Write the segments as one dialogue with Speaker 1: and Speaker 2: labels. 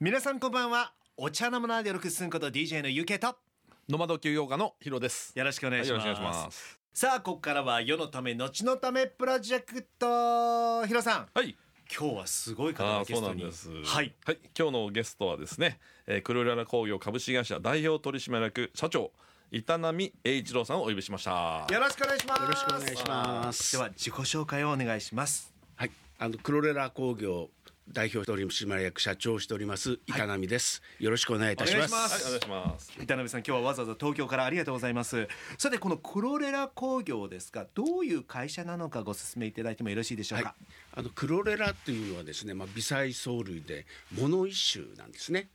Speaker 1: 皆さんこんばんはお茶の間でよくすんこと DJ のゆけと
Speaker 2: ノマド休養家のヒロです。
Speaker 1: よろしくお願いします,、
Speaker 2: はいよろしくお願いします
Speaker 1: さあここからは世のため後のためプロジェクトひろさん
Speaker 2: はい。
Speaker 1: 今日はすごい方
Speaker 2: あ
Speaker 1: が
Speaker 2: あ、
Speaker 1: ゲ
Speaker 2: そ
Speaker 1: ス
Speaker 2: うな
Speaker 1: ト
Speaker 2: ん
Speaker 1: に
Speaker 2: です。
Speaker 1: はい
Speaker 2: はい。今日のゲストはですね、えー、クルララ工業株式会社代表取締役社長板波栄一郎さんをお呼びしました。
Speaker 1: よろしくお願いします
Speaker 3: よろしくお願いします
Speaker 1: では自己紹介をお願いします
Speaker 3: はい、あのクロレラ工業代表取締役社長をしております板波です、よろしくお願いいたします
Speaker 1: お願いしま
Speaker 2: はい、お願いします。
Speaker 1: 板鍋さん今日はわざわざ東京からありがとうございますさてこのクロレラ工業ですがどういう会社なのかご説明いただいてもよろしいでしょう
Speaker 3: はい
Speaker 1: か、、
Speaker 3: あのクロレラというのはですね、まあ、微細藻類でモノ一種なんですね、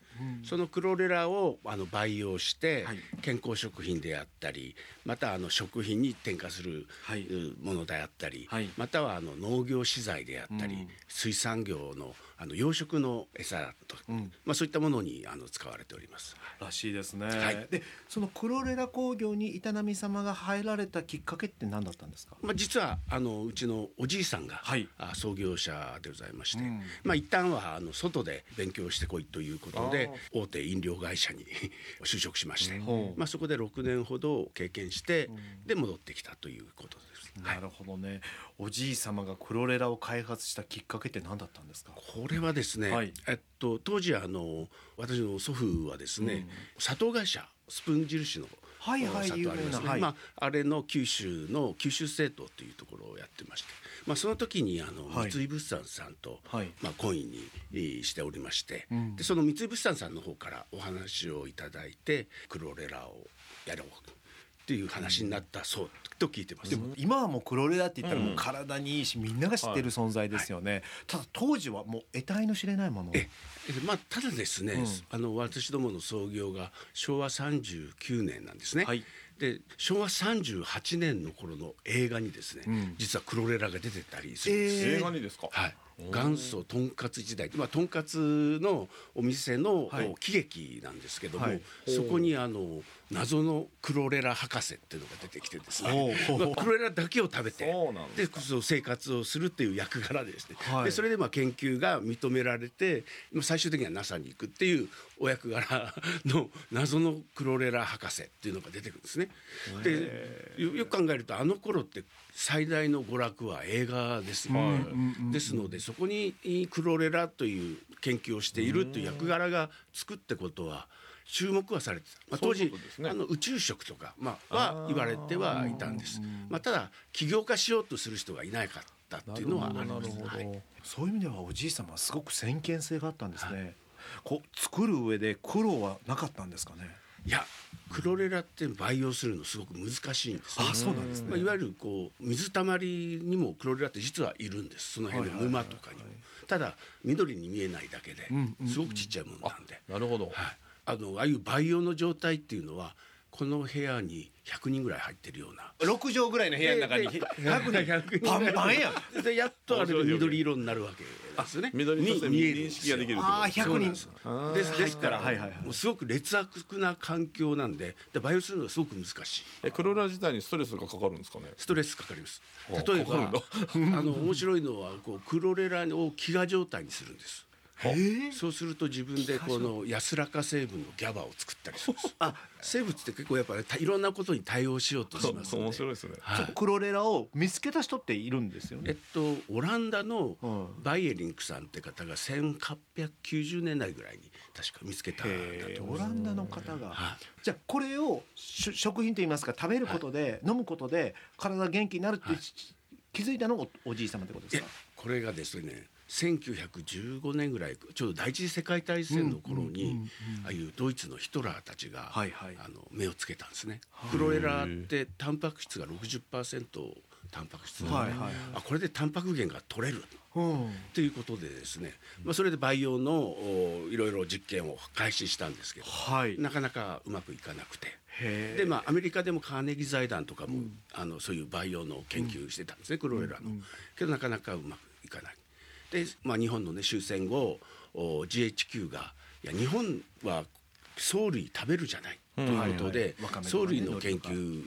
Speaker 3: そのクロレラをあの培養して
Speaker 1: はい
Speaker 3: 健康食品であったりまたあの食品に添加する
Speaker 1: はいう
Speaker 3: ものであったり、
Speaker 1: はい
Speaker 3: またはあの農業資材であったり、水産業のあの養殖の餌と、まあ、そういったものにあの使われております。
Speaker 1: らしいですね、
Speaker 3: はい
Speaker 1: でそのクロレラ工業に板波様が入られたきっかけって何だったんですか
Speaker 3: まあ、実はあのうちのおじいさんが、
Speaker 1: はい
Speaker 3: あ創業者でございまして、
Speaker 1: うん
Speaker 3: まあ一旦はあの外で勉強してこいということで
Speaker 2: あ
Speaker 3: 大手飲料会社に 就職しまして、
Speaker 1: うん
Speaker 3: まあ、そこで6年ほど経験して、で戻ってきたということです。
Speaker 1: なるほどね、おじい様がクロレラを開発したきっかけって何だったんですか
Speaker 3: これはですね、
Speaker 1: はい
Speaker 3: えっと、当時あの私の祖父はですね、砂糖会社スプーン印の
Speaker 1: はいはい
Speaker 3: 砂糖あります
Speaker 1: 有名
Speaker 3: ね、
Speaker 1: なはい
Speaker 3: まあ、あれの九州の九州製糖というところをやってまして、まあ、その時にあの、
Speaker 1: はい
Speaker 3: 三井物産さんと、
Speaker 1: はい
Speaker 3: まあ、懇意にえーしておりまして、
Speaker 1: ん
Speaker 3: でその三井物産さんの方からお話をいただいてクロレラをやろうっていう話になったそうと聞いてます。
Speaker 1: でも今はもうクロレラって言ったらもう体にいいしみんなが知ってる存在ですよね、ただ当時はもう得体の知れないもの
Speaker 3: ええまあ、ただですね、
Speaker 1: うん
Speaker 3: あの私どもの創業が昭和39年なんですね、
Speaker 1: はい
Speaker 3: で昭和38年の頃の映画にですね、
Speaker 1: うん
Speaker 3: 実はクロレラが出てたりするんです、
Speaker 1: えー
Speaker 2: 映画にですか。
Speaker 3: はい、元祖とんかつ時代、まあ、とんかつのお店の、
Speaker 1: はい
Speaker 3: お喜劇なんですけども、
Speaker 1: はい
Speaker 3: そこにあの謎のクロレラ博士っていうのが出てきてですね、
Speaker 1: おう
Speaker 3: まあ、クロレラだけを食べて
Speaker 2: そうなんで
Speaker 3: でそう生活をするっていう役柄でですね、
Speaker 1: はい
Speaker 3: でそれでまあ研究が認められてまあ最終的には NASA に行くっていうお役柄の 謎のクロレラ博士っていうのが出てくるんですね。でよよく考えるとあの頃って最大の娯楽は映画ですよね。
Speaker 2: はい
Speaker 3: ですのでそこにクロレラという研究をしているという役柄がつくってことは注目はされてた、まあ、当
Speaker 2: そういう
Speaker 3: 時
Speaker 2: ことですね
Speaker 3: あの宇宙食とか、まあ、は言われてはいたんです、まあ、ただ起業家しようとする人がいなかったっていうのはあり
Speaker 2: な
Speaker 3: ま
Speaker 2: る
Speaker 3: す、
Speaker 2: ほど。
Speaker 3: はい
Speaker 1: そういう意味ではおじい様はすごく先見性があったんですね、こう作る上で苦労はなかったんですかね
Speaker 3: いやクロレラって培養するのすごく難しいんですね、
Speaker 1: あそうなんですね
Speaker 3: まあ、いわゆるこう水たまりにもクロレラって実はいるんですその辺の沼とかにも、ただ緑に見えないだけで
Speaker 1: ん
Speaker 3: すごくちっちゃいものなんで、
Speaker 2: なるほど。
Speaker 3: はい、あのああいう培養の状態っていうのはこの部屋に100人ぐらい入ってるような。
Speaker 1: 6畳ぐらいの部屋の中に
Speaker 3: でで
Speaker 1: 100
Speaker 3: 100
Speaker 1: 人パンパンやん
Speaker 3: でやっとあれで緑色になるわけですね。
Speaker 2: 緑として
Speaker 3: に見え
Speaker 2: 認
Speaker 3: るんです
Speaker 2: 識
Speaker 3: よ
Speaker 2: ができるってこと
Speaker 1: ああ
Speaker 2: です
Speaker 1: 100人
Speaker 2: ね。
Speaker 3: そうなんですですですから、
Speaker 1: 入ったらはいはいはい
Speaker 3: もうすごく劣悪な環境なんでで培養するのがすごく難しい
Speaker 2: え、クロララ自体にストレスがかかるんですかね。
Speaker 3: ストレスかかります
Speaker 2: あ
Speaker 3: 例えば
Speaker 2: かか
Speaker 3: あの面白いのはこうクロレラを飢餓状態にするんです
Speaker 1: え
Speaker 3: そうすると自分でこの安らか成分のギャバを作ったりするんです。あ、生物って結構やっぱりたいろんなことに対応しようとしますの
Speaker 2: 面
Speaker 3: で。
Speaker 2: 白いですね。
Speaker 3: はい。
Speaker 1: クロレラを見つけた人っているんですよ
Speaker 3: え
Speaker 1: ね
Speaker 3: っとオランダの
Speaker 1: うん
Speaker 3: バイエリンクさんって方が1890年代ぐらいに確か見つけたんだ
Speaker 1: へえ
Speaker 3: と思
Speaker 1: オ
Speaker 3: い
Speaker 1: ラ
Speaker 3: ます。
Speaker 1: ンダの方が、
Speaker 3: はい
Speaker 1: じゃあこれをしゅ食品といいますか食べることで、飲むことで体が元気になるって、し気づいたのがおおじい様ってことで
Speaker 3: い
Speaker 1: す
Speaker 3: や
Speaker 1: か
Speaker 3: これがですね1915年ぐらいちょうど第一次世界大戦の頃に、ああいうドイツのヒトラーたちが、
Speaker 1: はいはい
Speaker 3: あの目をつけたんですね。クロレラってタンパク質が60%タンパク質なので、
Speaker 1: はいはい
Speaker 3: あこれでタンパク源が取れる
Speaker 1: うん
Speaker 3: ということでですね、まあ、それで培養のおいろいろ実験を開始したんですけど、
Speaker 1: はい
Speaker 3: なかなかうまくいかなくて。
Speaker 1: へ
Speaker 3: でまあ、アメリカでもカーネギー財団とかも、あのそういう培養の研究してたんですね、クロレラの、けどなかなかうまくいかないで、まあ、日本の、ね、終戦後お GHQ がいや日本は藻類食べるじゃない、ということで、
Speaker 1: はいはいわかめとかね
Speaker 3: 藻類の研究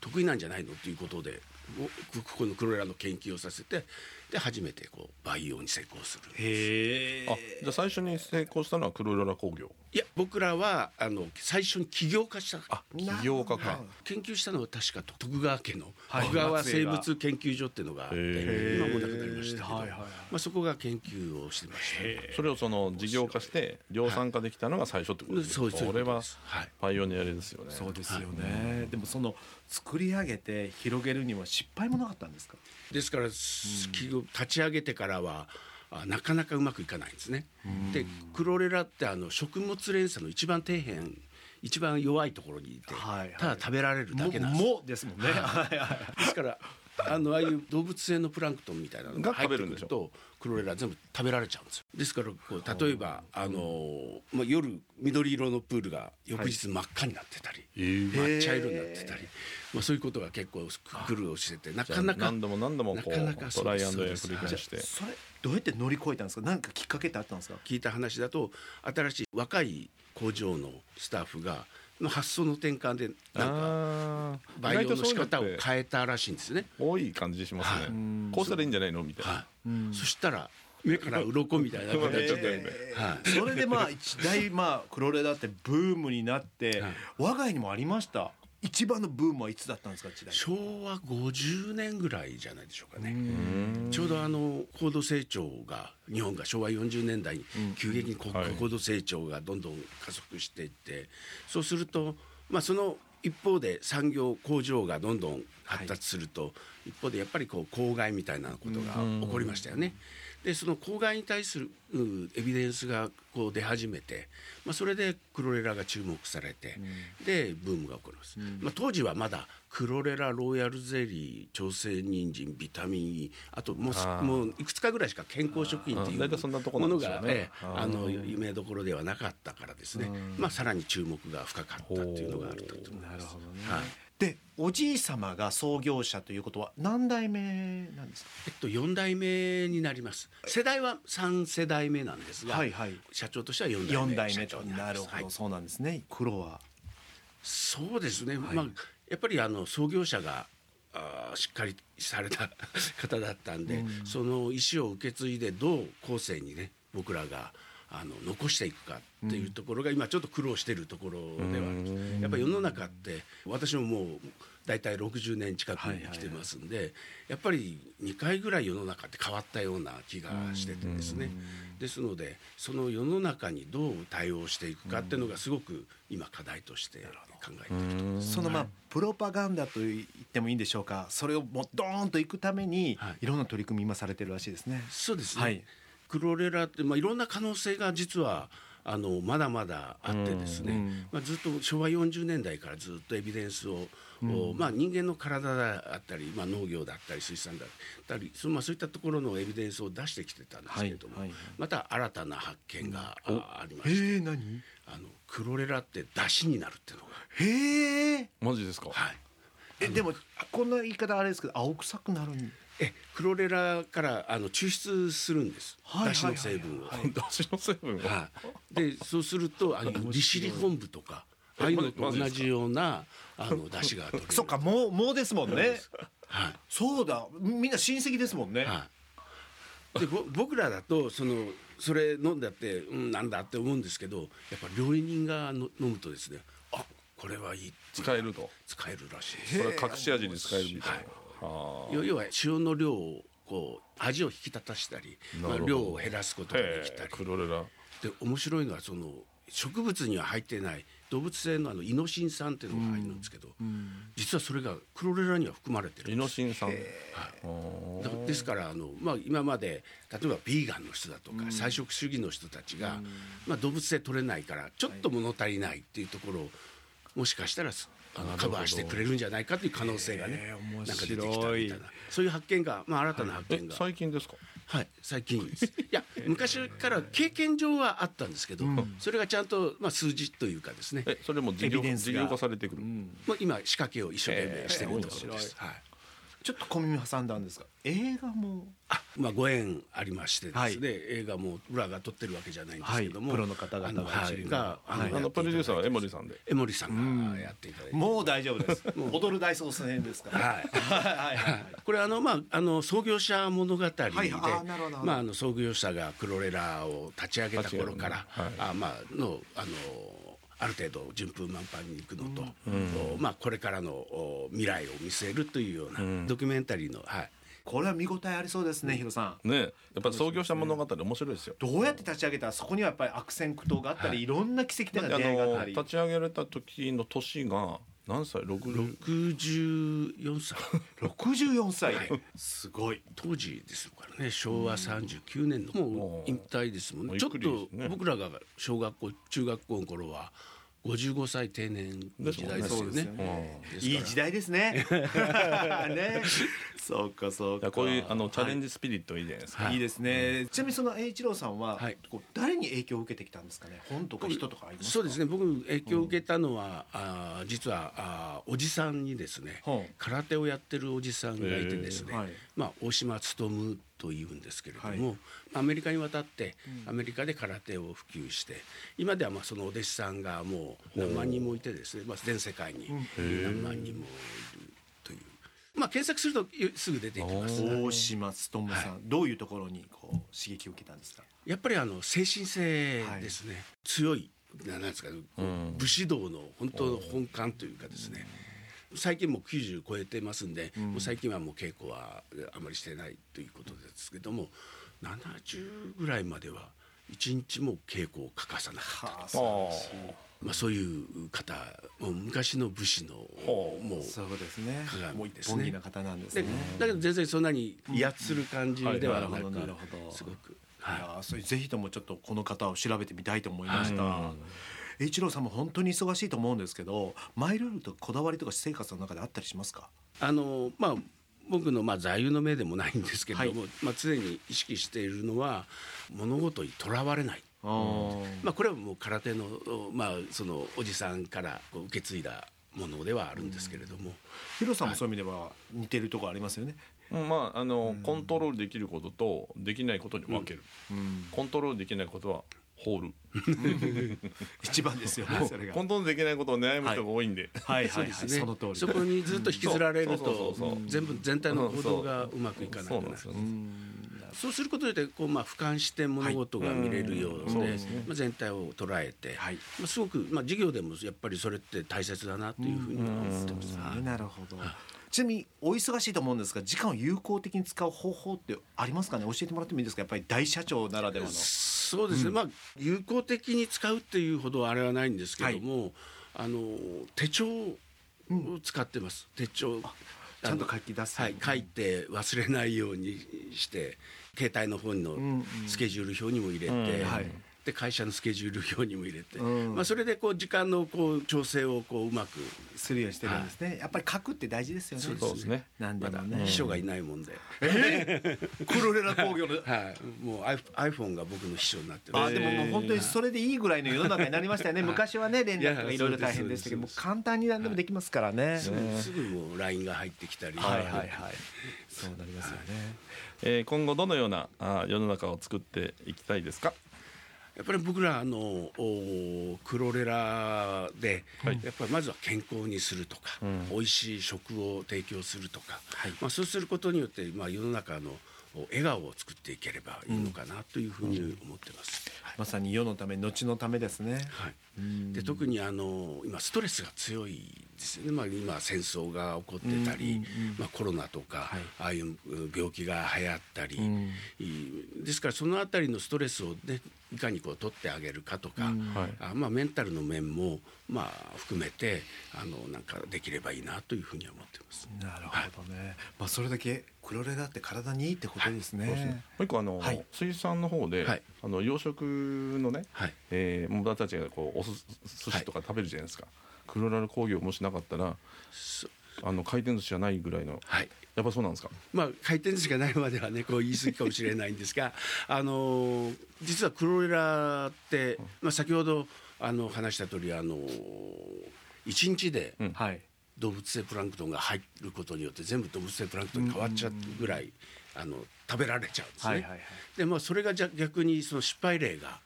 Speaker 3: 得意なんじゃないのということでおここのクロレラの研究をさせてで初めてこう培養に成功する
Speaker 1: へ
Speaker 2: あじゃあ最初に成功したのはクロレラ工業
Speaker 3: いや僕らはあの最初に起業化した
Speaker 2: あ起業家か
Speaker 3: 研究したのは確か徳川家の
Speaker 1: はい
Speaker 3: 徳川生物研究所っていうのがあって、
Speaker 2: へー
Speaker 3: 今もうなくなりましたけど、
Speaker 1: はいはいはい
Speaker 3: まあ、そこが研究をしてましたね
Speaker 2: それをその事業化して量産化できたのが最初ってことです
Speaker 3: そうそういう
Speaker 2: これ
Speaker 3: こと
Speaker 2: は
Speaker 3: ですはい
Speaker 2: パイオニアですよね
Speaker 1: そうですよね、でもその作り上げて広げるには失敗もなかったんですか
Speaker 3: ですから、す企業立ち上げてからはあなかなかうまくいかないんですね。でクロレラってあの食物連鎖の一番底辺一番弱いところにいて、
Speaker 1: はいはい
Speaker 3: ただ食べられるだけなんです。
Speaker 1: ももですもんね、はいはい
Speaker 3: ですからあのああいう動物性のプランクトンみたいなのが
Speaker 2: が
Speaker 3: 入
Speaker 2: 食
Speaker 3: って
Speaker 2: べ
Speaker 3: く
Speaker 2: るん
Speaker 3: る
Speaker 2: でしょ
Speaker 3: とクロレラ全部食べられちゃうんですよですからこう例えばあのー、まあ、夜緑色のプールが翌日真っ赤になってたり、真っ茶色になってたり、まあ、そういうことが結構苦労しててな
Speaker 2: じゃ
Speaker 3: か
Speaker 2: あ
Speaker 3: なか
Speaker 2: 何度も何度もこう
Speaker 3: なかなかそう
Speaker 2: トライ
Speaker 3: で
Speaker 2: ア
Speaker 3: す
Speaker 2: ンドエ
Speaker 3: そう
Speaker 2: ラー繰
Speaker 3: です
Speaker 2: り返して
Speaker 1: それどうやって乗り越えたんですか何かきっかけってあったんですか
Speaker 3: 聞いた話だと新しい若い工場のスタッフがの発想の転換でなんか
Speaker 2: あー
Speaker 3: 培
Speaker 2: 意
Speaker 3: 養
Speaker 2: 外
Speaker 3: の
Speaker 2: とそう
Speaker 3: 仕
Speaker 2: いうのって
Speaker 3: 方を変えたらしいんですね。
Speaker 2: 多い感じしますね、
Speaker 3: はい
Speaker 1: うん
Speaker 2: こうしたらいいんじゃないのみたいな、
Speaker 3: はい、そしたら目から鱗みたいな
Speaker 2: うま
Speaker 3: 形
Speaker 2: く いっちゃったよ
Speaker 3: で
Speaker 2: ね、
Speaker 3: はい、
Speaker 1: それでまあ一大まあクロレラってブームになって
Speaker 3: はい
Speaker 1: 我が家にもありました一番のブームはいつだったんですか時代
Speaker 3: 昭和50年ぐらいじゃないでしょうかね、
Speaker 2: うん
Speaker 3: ちょうどあの高度成長が日本が昭和40年代に急激にこ
Speaker 2: はい
Speaker 3: 高度成長がどんどん加速していってそうするとまあその一方で産業工場がどんどん発達すると、一方でやっぱりこう公害みたいなことが起こりましたよね。でその公害に対するうんエビデンスがこう出始めて、まあ、それでクロレラが注目されて、でブームが起こります、まあ、当時はまだクロレラローヤルゼリー調整人参ビタミン E あともうす
Speaker 2: あー
Speaker 3: もういくつかぐらいしか健康食品ってい
Speaker 2: あー大体そんなと
Speaker 3: う
Speaker 2: こ
Speaker 3: も
Speaker 2: なん
Speaker 3: の
Speaker 2: ですよね
Speaker 3: が、ええ
Speaker 2: あー
Speaker 3: あの有名どころではなかったからですね、まあ、さらに注目が深かったっていうのがあると思います。
Speaker 1: ほどね
Speaker 3: はい
Speaker 1: でおじい様が創業者ということは何代目なんですか
Speaker 3: えっと、4代目になります世代は3世代目なんですが、
Speaker 1: はいはい
Speaker 3: 社長としては4代目
Speaker 1: 四代目
Speaker 3: 社
Speaker 1: と
Speaker 3: 長にな
Speaker 1: な
Speaker 3: り
Speaker 1: るほ
Speaker 3: ます
Speaker 1: ど、
Speaker 3: はい
Speaker 1: そうなんですね黒は
Speaker 3: そうですね、まあやっぱりあの創業者があーしっかりされた方だったんで、その意思を受け継いでどう後世にね僕らがあの残していくかっていうところが今ちょっと苦労しているところではあります、やっぱり世の中って私ももう大体60年近く生きてますんで、やっぱり2回ぐらい世の中って変わったような気がしててですね、ですのでその世の中にどう対応していくかっていうのがすごく今課題として考えているところです
Speaker 1: そのまあプロパガンダと言ってもいいんでしょうかそれをもうドーンといくために
Speaker 3: はい
Speaker 1: いろんな取り組み今されてるらしいですね
Speaker 3: そうですね、
Speaker 1: はい
Speaker 3: クロレラって、まあ、いろんな可能性が実はあのまだまだあってですね、まあ、ずっと昭和40年代からずっとエビデンスを、おまあ、人間の体だったり、まあ、農業だったり水産だったりそ,、まあ、そういったところのエビデンスを出してきてたんですけれども、
Speaker 1: はいはい
Speaker 3: また新たな発見が、あありま
Speaker 1: へ
Speaker 3: して
Speaker 1: え何
Speaker 3: あのクロレラって出汁になるっていうのが、
Speaker 1: へえ
Speaker 2: マジですか、
Speaker 3: はい、
Speaker 1: えでもこんな言い方あれですけど青臭くなるん
Speaker 3: えクロレラからあの抽出するんです、
Speaker 1: はいはいはいはい
Speaker 3: 出汁の成分を。
Speaker 2: だしの成分を、
Speaker 3: はい、でそうするとあの利尻昆布とかああいうのと同じようなあの出汁が取 れる
Speaker 1: そっかもうもうですもんね
Speaker 3: は
Speaker 1: そうだみんな親戚ですもんね、
Speaker 3: い、はい、でぼ僕らだとそのそれ飲んだってうんなんだって思うんですけどやっぱ料理人がの飲むとですねあこれはいい
Speaker 2: 使えると
Speaker 3: 使えるらしいで
Speaker 2: そ
Speaker 3: す
Speaker 2: れは隠し味に使えるみたいな、
Speaker 3: はい
Speaker 2: あー
Speaker 3: 要要は塩の量をこう味を引き立たしたり、まあ、
Speaker 2: なるほど
Speaker 3: 量を減らすことができた
Speaker 2: へ
Speaker 3: り
Speaker 2: ークロレラ
Speaker 3: で面白いのはその植物には入ってない動物性のあのイノシン酸っていうのが入るんですけど、実はそれがクロレラには含まれてる
Speaker 2: イノシン酸
Speaker 3: だですからあの、まあ、今まで例えばビーガンの人だとか、菜食主義の人たちが、まあ、動物性取れないからちょっと物足りないっていうところをもしかしたらすあのカバーしてくれるんじゃないかという可能性がね
Speaker 1: へー面
Speaker 3: なんか
Speaker 1: 白い
Speaker 3: 出てきたみたいなそういう発見が、まあ、新たな発
Speaker 2: え
Speaker 3: 見が、
Speaker 2: 最近ですか
Speaker 3: はい、最近です。いや、昔から経験上はあったんですけど、それがちゃんと、まあ、数字というかですね。
Speaker 2: えそれも事業
Speaker 1: エビデンス
Speaker 2: 事
Speaker 1: が
Speaker 2: 業化されてくる、
Speaker 3: もう今仕掛けを一生懸命しているとこ
Speaker 1: へえ
Speaker 3: ろです。はい。
Speaker 1: ちょっと小耳挟んだんですが映画も
Speaker 3: あまあ、ご縁ありましてですね、
Speaker 1: はい
Speaker 3: 映画も裏が撮ってるわけじゃないんですけども、
Speaker 1: はいプロの方々が
Speaker 3: あの
Speaker 1: 一
Speaker 3: はい
Speaker 1: 流の
Speaker 3: があの
Speaker 1: はい
Speaker 2: あのプロデューサーは江
Speaker 3: リ
Speaker 2: 森さんで
Speaker 3: 江森さんがやっていただいて、
Speaker 1: もう大丈夫です踊る大捜査編ですから
Speaker 3: はい
Speaker 1: はいはいはい
Speaker 3: これあのまああの創業者物語で、
Speaker 1: はいあーなるほど
Speaker 3: まああの創業者がクロレラを立ち上げた頃から、
Speaker 2: 立ち上げる
Speaker 3: あまあのあのある程度順風満帆にいくのと、おまあこれからのお未来を見据えるというようなドキュメンタリーの、はい。
Speaker 1: これは見応えありそうですねヒロさん
Speaker 2: ねやっぱり創業者物語面白いですよ
Speaker 1: どうやって立ち上げたらそこにはやっぱり悪戦苦闘があったり、い、ろんな奇跡的
Speaker 2: あ
Speaker 1: な出会いがあった
Speaker 2: の
Speaker 1: り
Speaker 2: 立ち上げられた時の年が何歳60
Speaker 3: 64歳
Speaker 1: 64歳で、すごい
Speaker 3: 当時ですからね昭和39年のもう引退ですもん
Speaker 2: も
Speaker 3: ね
Speaker 2: う
Speaker 3: ち
Speaker 2: ゆ
Speaker 3: ょ
Speaker 2: っく
Speaker 3: っ
Speaker 2: り
Speaker 3: と
Speaker 2: ですね
Speaker 3: 僕らが小学校中学校の頃は55歳定年の時代ですよ
Speaker 1: そうです
Speaker 3: ね
Speaker 1: よねいい時代です ねねそうかそう
Speaker 2: いや
Speaker 1: か
Speaker 2: こういうあのチャレン
Speaker 1: ジ、
Speaker 2: ジスピリットいいじゃないですか、
Speaker 1: はい、いいですね、ちなみにその栄一郎さんは、
Speaker 3: はい
Speaker 1: こう誰に影響を受けてきたんですかね本とか人とかありますか
Speaker 3: そうです
Speaker 1: ね
Speaker 3: ね僕影響を受けたのは、あー実はあーおじさんにですね、
Speaker 1: はあ
Speaker 3: 空手をやってるおじさんがいてですね、
Speaker 1: へーはい
Speaker 3: まあ、大島勉というんですけれども、
Speaker 1: は
Speaker 3: アメリカに渡ってアメリカで空手を普及して今ではまあそのお弟子さんがもう何万人もいてですね、まあ、全世界に何万人もいるという、まあ、検索するとすぐ出てきます
Speaker 1: 大島勉さん、どういうところにこう刺激を受けたんですか
Speaker 3: やっぱりあの精神性ですね、強いななんですか、武士道の本当の本館というかですね最近もう90超えてますんで、もう最近はもう稽古はあまりしてないということですけども70ぐらいまでは一日も稽古を欠かさなかった
Speaker 1: はあ素晴らしい
Speaker 3: まあ、そういう方もう昔の武士のもう
Speaker 1: そうですね
Speaker 3: 鏡
Speaker 1: もう
Speaker 3: で
Speaker 1: 一
Speaker 3: すね
Speaker 1: 本気な方なんです
Speaker 3: で
Speaker 1: ね
Speaker 3: だけど全然そんなに威圧する感じではな
Speaker 1: なる
Speaker 3: く、
Speaker 1: ほどなるほど
Speaker 3: すごく。
Speaker 1: いやーそれぜひともちょっとこの方を調べてみたいと思いました、栄一郎さんも本当に忙しいと思うんですけどマイルールとかこだわりとか私生活の中であったりしますか
Speaker 3: あのまあ僕のまあ座右の銘でもないんですけれども、まあ常に意識しているのは物事にとらわれない。まあこれはもう空手のまあそのおじさんからこう受け継いだものではあるんですけれども、
Speaker 1: ヒロさんもそういう意味では似てるところありますよね、
Speaker 2: うんまああのコントロールできることとできないことに分ける、 コントロールできないことは放る
Speaker 1: 一番ですよねそれが
Speaker 2: コントロールできないことを悩む人が多いんで、
Speaker 1: はいはいはい、
Speaker 3: ですね
Speaker 1: その通り
Speaker 3: そこにずっと引きずられる
Speaker 2: そうそう
Speaker 3: と
Speaker 2: そうそう
Speaker 3: 全部全体の行動がうまくいかなく
Speaker 2: そう
Speaker 3: な
Speaker 2: なん
Speaker 3: る
Speaker 2: ですよ、
Speaker 3: そうすることでこうまあ俯瞰して物事が見れるようで、
Speaker 2: そうです
Speaker 3: まあ全体を捉えて、
Speaker 1: はい
Speaker 3: まあすごくまあ事業でもやっぱりそれって大切だなというふうに思ってます。はい
Speaker 1: なるほどちなみにお忙しいと思うんですが時間を有効的に使う方法ってありますかね教えてもらってもいいですかやっぱり大社長ならではの
Speaker 3: そうですね、まあ有効的に使うっていうほどあれはないんですけども、あの手帳を使ってます、手帳
Speaker 1: ちゃんと書き出す
Speaker 3: あのはい、書いて忘れないようにして携帯の方のスケジュール表にも入れて、
Speaker 1: はい
Speaker 3: で会社のスケジュール表にも入れて、
Speaker 1: ん
Speaker 3: まあ、それでこう時間のこう調整をこううまく
Speaker 1: するようにしてるんですね、やっぱり書くって大事ですよね
Speaker 2: そうですね
Speaker 1: なんで
Speaker 3: ま
Speaker 1: も
Speaker 3: だ
Speaker 1: ね
Speaker 3: 秘書がいないもんで、
Speaker 1: クロレラ 工業の
Speaker 3: はい、もう iPhone が僕の秘書になってま
Speaker 1: あ
Speaker 3: す
Speaker 1: でももう本当にそれでいいぐらいの世の中になりましたよ ね昔はね連絡がいろいろ大変でしたけど
Speaker 3: いやそうですそう
Speaker 1: も
Speaker 3: です
Speaker 1: 簡単に何でもできますからね
Speaker 3: すぐすぐもう LINE が入ってきたり、
Speaker 1: はいはいはいそうなりますよね
Speaker 2: えー今後どのようなあー世の中を作っていきたいですか
Speaker 3: やっぱり僕らあのおクロレラで、やっぱりまずは健康にするとか、美味しい食を提供するとか、まあ、そうすることによって、まあ、世の中のお笑顔を作っていければいいのかなというふうに思ってます。
Speaker 1: まさに世のため後のためですね
Speaker 3: はい、で特にあの今ストレスが強いですよね、まあ、今戦争が起こってたり、まあ、コロナとか、
Speaker 1: はい
Speaker 3: ああいううん病気が流行ったり、いいですからそのあたりのストレスを、ね、いかにこう取ってあげるかとか、
Speaker 2: はい
Speaker 3: あまあ、メンタルの面も、まあ、含めてあのなんかできればいいなというふうには思ってます。
Speaker 1: なるほどねまあそれだけクロレラって体にいいってことです
Speaker 2: そうですね
Speaker 1: ね
Speaker 2: もう一個あの、
Speaker 1: はい
Speaker 2: 水産の方で、
Speaker 3: はい
Speaker 2: あの養殖のね、
Speaker 3: はい
Speaker 2: えー、モダたちがこうお寿寿司とか食べるじゃないですか、クロラル工業もしなかったらあの回転寿司じゃないぐらいの
Speaker 3: はい
Speaker 2: やっぱそうなんですか
Speaker 3: まあ、回転寿司がないまではねこう言い過ぎかもしれないんですが あのー実はクロレラって、まあ、先ほどあの話した通りあのー一日で
Speaker 1: はい
Speaker 3: 動物性プランクトンが入ることによって全部動物性プランクトンに変わっちゃうぐらい、あの食べられちゃうんですね。
Speaker 1: はいはいはい
Speaker 3: でまあそれがじゃ逆にその失敗例が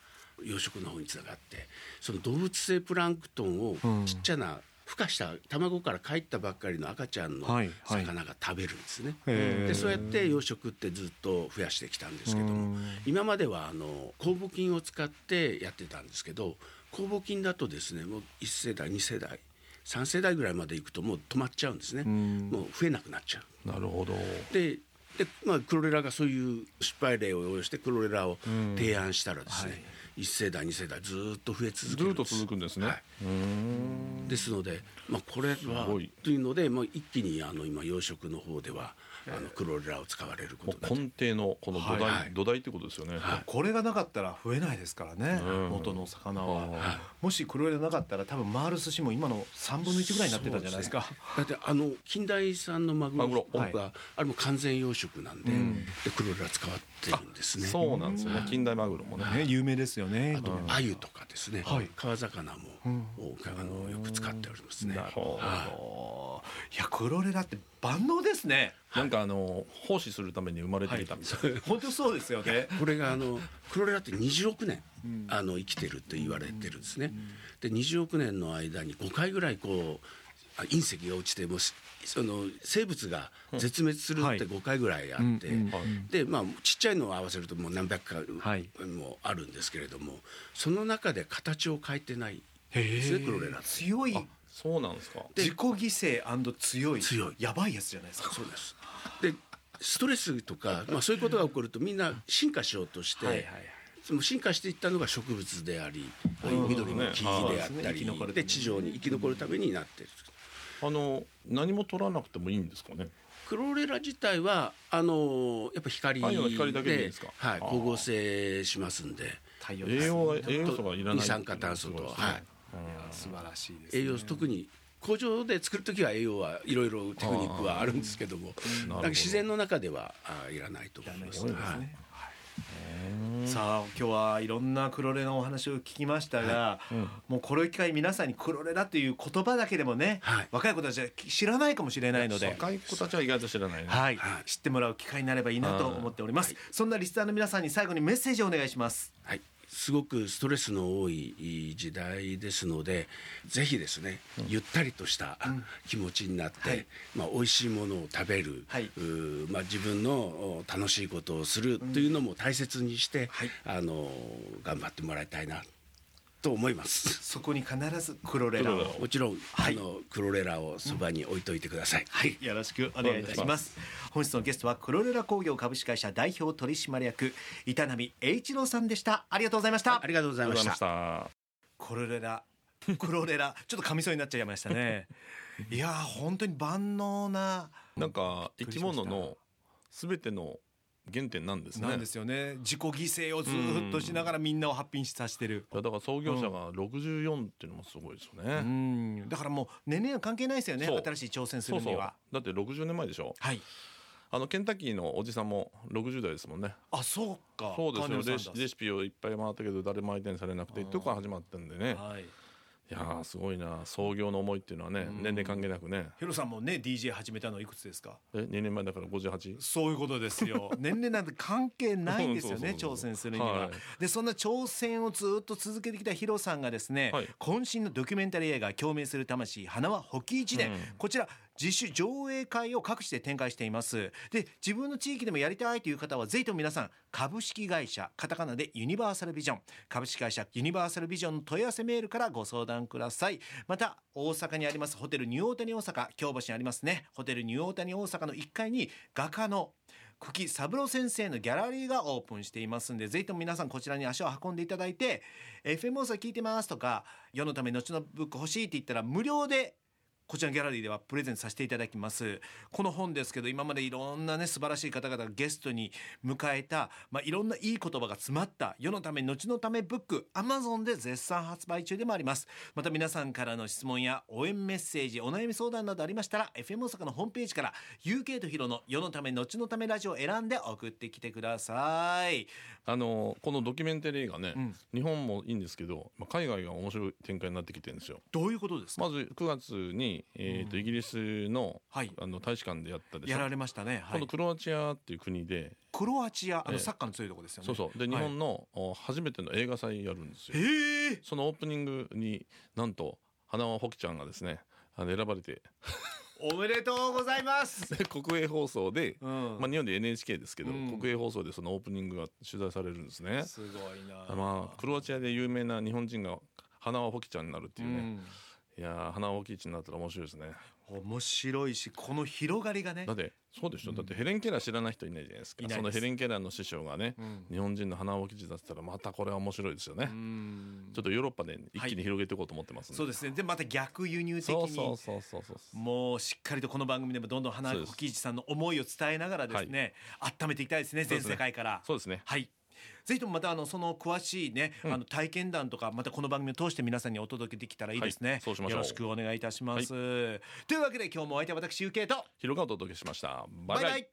Speaker 3: 養殖の方につながってその動物性プランクトンを
Speaker 1: うん
Speaker 3: ちっちゃな孵化した卵から帰ったばっかりの赤ちゃんの
Speaker 1: はいはい
Speaker 3: 魚が食べるんですね。
Speaker 1: へー
Speaker 3: でそうやって養殖ってずっと増やしてきたんですけども
Speaker 1: うん
Speaker 3: 今まではあの酵母菌を使ってやってたんですけど酵母菌だとですねもう1世代2世代3世代ぐらいまでいくともう止まっちゃうんですね
Speaker 1: ん
Speaker 3: もう増えなくなっちゃう。
Speaker 2: なるほど。
Speaker 3: でで、まあ、クロレラがそういう失敗例を応用してクロレラを提案したらですね、1世代2世代ずーっと増え続
Speaker 2: ず
Speaker 3: ける
Speaker 2: っと続くんですね。
Speaker 3: はいですので、まあ、これは
Speaker 2: ごい
Speaker 3: というので、まあ、一気にあの今養殖の方ではあのクロレラを使われるこ
Speaker 2: も
Speaker 3: と
Speaker 2: う
Speaker 3: だ
Speaker 2: 根底のこの土台、
Speaker 3: はいはい
Speaker 2: 土台ってことですよね。
Speaker 3: はい
Speaker 1: これがなかったら増えないですからね、
Speaker 2: うん
Speaker 1: 元のお魚
Speaker 2: うん
Speaker 1: は。もしこれがなかったら多分回る寿司も今の3分の1ぐらいになってたじゃないですか。
Speaker 3: だってあの近代産のマグ
Speaker 2: マグロ
Speaker 3: ロは、
Speaker 1: は
Speaker 3: あれも完全養殖なんで,、
Speaker 1: うん
Speaker 3: でクロレラ使わってるんですね。
Speaker 2: そうなんですよね。近代マグロもね。
Speaker 1: ね、有名ですよね
Speaker 3: あ。とアユとかですね、
Speaker 1: はい
Speaker 3: 川魚も、
Speaker 1: うん
Speaker 3: あのよく使っておりますね。
Speaker 2: なるほ
Speaker 3: はい
Speaker 1: おーいやクロレラって万能ですね。
Speaker 2: ど。なんかあの奉仕するために生まれてきたみたいな。
Speaker 1: 本当そうですよね。
Speaker 3: これがあのクロレラって20億年あの生きてると言われてるんですね。で20億年の間に5回ぐらいこうあ隕石が落ちてもうすその生物が絶滅する
Speaker 1: は
Speaker 3: っ
Speaker 1: い
Speaker 3: て5回ぐらいあ
Speaker 1: うん
Speaker 3: って、
Speaker 1: うん
Speaker 3: でまあちっちゃいのを合わせるともう何百回
Speaker 1: はい
Speaker 3: もあるんですけれども、その中で形を変えてないですねクロレラって
Speaker 1: 強い
Speaker 2: あ、そうなんですか。
Speaker 1: 自己犠牲強い
Speaker 3: 強い
Speaker 1: やばいやつじゃないですか。
Speaker 3: そうです。でストレスとか、まあ、そういうことが起こるとみんな進化しようとして、
Speaker 1: はいはいはい
Speaker 3: その進化していったのが植物であり
Speaker 1: ん
Speaker 3: 緑の木々であっ
Speaker 1: そうです
Speaker 3: た
Speaker 1: ね生
Speaker 3: り
Speaker 1: き残るために
Speaker 3: で地上に生き残るためになってる。
Speaker 2: あの何も取らなくてもいいんですかね。
Speaker 3: クロレラ自体はあのやっぱ光
Speaker 2: 太陽の光だけでいいん
Speaker 3: で
Speaker 2: ですか
Speaker 3: はい、
Speaker 2: あー
Speaker 3: 光合成しますんで
Speaker 1: 太陽です
Speaker 2: 栄養が栄養素がいらない。
Speaker 3: 二酸化炭素とはい
Speaker 1: 素晴らしいです、ね。
Speaker 3: 栄養特に工場で作る時は栄養はいろいろテクニックはあるんですけども
Speaker 2: ほど
Speaker 3: なんか自然の中ではあーいらないと思います。
Speaker 1: そうですね
Speaker 3: はい
Speaker 1: はいさあ今日はいろんなクロレラのお話を聞きましたが、もうこれを機会に皆さんにクロレラという言葉だけでもね、
Speaker 3: はい
Speaker 1: 若い子たちは知らないかもしれないので。
Speaker 2: 若い子たちは意外と知らないね。
Speaker 1: はい、
Speaker 3: はい
Speaker 1: 知ってもらう機会になればいいなと思っております、そんなリスナーの皆さんに最後にメッセージをお願いします
Speaker 3: はい、すごくストレスの多い時代ですのでぜひですね、ゆったりとした気持ちになって、
Speaker 1: はい
Speaker 3: まあ、美味しいものを食べる、
Speaker 1: はいう
Speaker 3: ーまあ、自分のお楽しいことをするというのも大切にして、
Speaker 1: はい
Speaker 3: あの頑張ってもらいたいなと思います。
Speaker 1: そこに必ずクロレラ
Speaker 2: クロ
Speaker 1: を
Speaker 2: レラを
Speaker 3: もちろん、
Speaker 1: はい
Speaker 3: あのクロレラをそばに置いといてください。はい、
Speaker 1: よろしくお願いいたします本日のゲストはクロレラ工業株式会社代表取締役板波栄一郎さんでしたありがとうございました
Speaker 3: ありがとうござ
Speaker 2: あ
Speaker 3: い
Speaker 2: りがとう
Speaker 3: ま
Speaker 2: ござ
Speaker 3: し
Speaker 2: いま
Speaker 3: た
Speaker 2: し。た。
Speaker 1: クロレラクロレラちょっと噛みそうになっちゃいました ねいやー本当に万能な
Speaker 2: なんか生き物のすべての原点なんですね。
Speaker 1: なんですよね自己犠牲をずーっとしながらみんなをハッピーにさせてる
Speaker 2: いやだから創業者が64っていうのもすごいですよ
Speaker 1: う
Speaker 2: ね。
Speaker 1: んだからもう年齢は関係ないですよね
Speaker 2: そう
Speaker 1: 新しい挑戦す
Speaker 2: そ
Speaker 1: る
Speaker 2: うそ
Speaker 1: に
Speaker 2: う。
Speaker 1: は
Speaker 2: だって60年前でしょ。
Speaker 1: はい
Speaker 2: あのケンタッキーのおじさんも60代ですもんね。
Speaker 1: あそうか
Speaker 2: そうですよ。
Speaker 1: 金
Speaker 2: レ
Speaker 1: 野さ
Speaker 2: シ
Speaker 1: んだ
Speaker 2: レシピをいっぱい回ったけど誰も相手にされなくてとか始まったんでね。
Speaker 1: はい
Speaker 2: いやーすごいな創業の思いっていうのはね年齢関係なくね。
Speaker 1: ヒロさんもね DJ 始めたのいくつですか
Speaker 2: え2年前だから 58?
Speaker 1: そういうことですよ年齢なんて関係ないんですよね
Speaker 2: そう
Speaker 1: 挑
Speaker 2: そうそうそう
Speaker 1: 戦するには、
Speaker 2: はい
Speaker 1: でそんな挑戦をずっと続けてきたヒロさんがですね、
Speaker 2: はい
Speaker 1: 渾身のドキュメンタリー映画「共鳴する魂花は補給一年」
Speaker 2: うん
Speaker 1: こちら自主上映会を各地で展開していますで自分の地域でもやりたいという方はぜひとも皆さん株式会社カタカナでユニバーサルビジョン株式会社ユニバーサルビジョンの問い合わせメールからご相談くださいまた大阪にありますホテルニューオータニ大阪京橋にありますねホテルニューオータニ大阪の1階に画家の久喜三郎先生のギャラリーがオープンしていますんでぜひとも皆さんこちらに足を運んでいただいて「FM 放送聞いてます」とか「世のためのちのブック欲しい」って言ったら無料でこちらのギャラリーではプレゼントさせていただきますこの本ですけど今までいろんなね素晴らしい方々がゲストに迎えた、まあ、いろんないい言葉が詰まった世のため後のためブック Amazon で絶賛発売中でもありますまた皆さんからの質問や応援メッセージお悩み相談などありましたら FM 大阪のホームページから UK とヒロの世のため後のためラジオを選んで送ってきてください
Speaker 2: あのこのドキュメンタリーがね、
Speaker 1: うん
Speaker 2: 日本もいいんですけど、まあ、海外が面白い展開になってきてるんですよ。
Speaker 1: どういうことですか、
Speaker 2: まず9月にに、えーとイギリスの,、
Speaker 1: はい
Speaker 2: あの大使館でやったでしょ
Speaker 1: やられましたね。は
Speaker 2: 今度
Speaker 1: い。
Speaker 2: クロアチアっていう国で、
Speaker 1: クロアチア、あ
Speaker 2: え
Speaker 1: の
Speaker 2: え
Speaker 1: サッカーの強いとこですよね。
Speaker 2: そうそうで日
Speaker 1: はい
Speaker 2: 本の、お初めての映画祭やるんですよ
Speaker 1: ええ。
Speaker 2: そのオープニングになんと花輪ほきちゃんがですねあの選ばれて
Speaker 1: おめでとうございます。
Speaker 2: 国営放送で、
Speaker 1: うん
Speaker 2: まあ、日本で NHK ですけど、
Speaker 1: うん
Speaker 2: 国営放送でそのオープニングが取材されるんですね。
Speaker 1: すごいな。
Speaker 2: まあ、クロアチアで有名な日本人が花輪ほきちゃんになるっていう
Speaker 1: う
Speaker 2: ね、
Speaker 1: ん
Speaker 2: いやー花輪ほきちゃんになったら面白いですね。
Speaker 1: 面白いし、この広がりがね
Speaker 2: だっ。てそうでしょ、だってヘレン・ケラー知らない人いないじゃないですか
Speaker 1: いない
Speaker 2: その
Speaker 1: です
Speaker 2: ヘレン・ケラーの師匠がね、
Speaker 1: うん
Speaker 2: 日本人の花輪記事だったらまたこれは面白いですよね、
Speaker 1: うん
Speaker 2: ちょっとヨーロッパで一気に広げていこうと思ってますん
Speaker 1: そうですね。で、また逆輸入的
Speaker 2: そうそ
Speaker 1: に
Speaker 2: う。そうそうそう
Speaker 1: もうしっかりとこの番組でもどんどん花
Speaker 2: そ
Speaker 1: 子
Speaker 2: うです
Speaker 1: 喜一さんの思いを伝えながらですね、温めていきたいですね
Speaker 2: そうで
Speaker 1: 全
Speaker 2: すね
Speaker 1: 世界から
Speaker 2: そうですね
Speaker 1: はいぜひともまたあのその詳しいね、あの体験談とかまたこの番組を通して皆さんにお届けできたらいいですね、
Speaker 2: はいそうしましょ
Speaker 1: よ
Speaker 2: う
Speaker 1: ろしくお願いいたします、というわけで今日もお相手は私ウケイと
Speaker 2: 広がお届けしました
Speaker 1: バイバイ
Speaker 2: バイバイ